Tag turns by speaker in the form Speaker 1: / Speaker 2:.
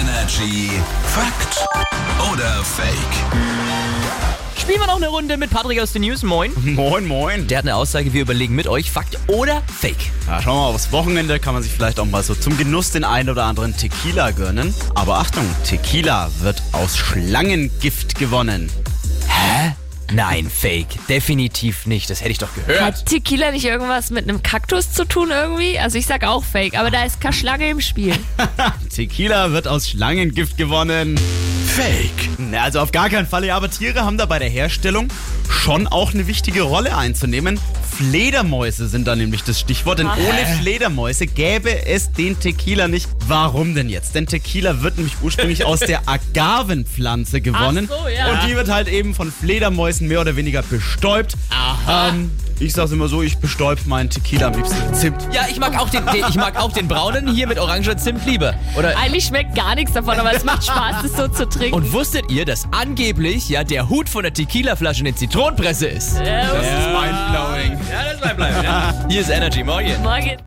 Speaker 1: Energy Fakt oder Fake?
Speaker 2: Spielen wir noch eine Runde mit Patrick aus den News. Moin.
Speaker 3: Moin, moin.
Speaker 2: Der hat eine Aussage, wir überlegen mit euch, Fakt oder Fake.
Speaker 3: Ja, schauen wir mal, aufs Wochenende kann man sich vielleicht auch mal so zum Genuss den einen oder anderen Tequila gönnen. Aber Achtung, Tequila wird aus Schlangengift gewonnen.
Speaker 2: Nein, Fake. Definitiv nicht. Das hätte ich doch gehört.
Speaker 4: Hat Tequila nicht irgendwas mit einem Kaktus zu tun irgendwie? Also ich sag auch Fake, aber da ist keine Schlange im Spiel.
Speaker 3: Tequila wird aus Schlangengift gewonnen.
Speaker 1: Fake.
Speaker 3: Na, also auf gar keinen Fall, ja, aber Tiere haben da bei der Herstellung schon auch eine wichtige Rolle einzunehmen. Fledermäuse sind da nämlich das Stichwort, denn ohne Fledermäuse gäbe es den Tequila nicht. Warum denn jetzt? Denn Tequila wird nämlich ursprünglich aus der Agavenpflanze gewonnen
Speaker 4: Ach so, ja.
Speaker 3: und die wird halt eben von Fledermäusen mehr oder weniger bestäubt. Aha. Ähm, ich sag's immer so, ich bestäub meinen Tequila am liebsten mit Zimt.
Speaker 2: Ja, ich mag auch den, den, ich mag auch den braunen hier mit oranger Zimt lieber. Oder
Speaker 4: Eigentlich schmeckt gar nichts davon, aber es macht Spaß, das so zu trinken.
Speaker 2: und wusstet ihr, dass angeblich ja der Hut von der Tequila-Flasche eine
Speaker 4: Äh,
Speaker 2: Zitronenpresse ist?
Speaker 4: Servus.
Speaker 2: Hier ist Energy Morgen.
Speaker 4: Morgen.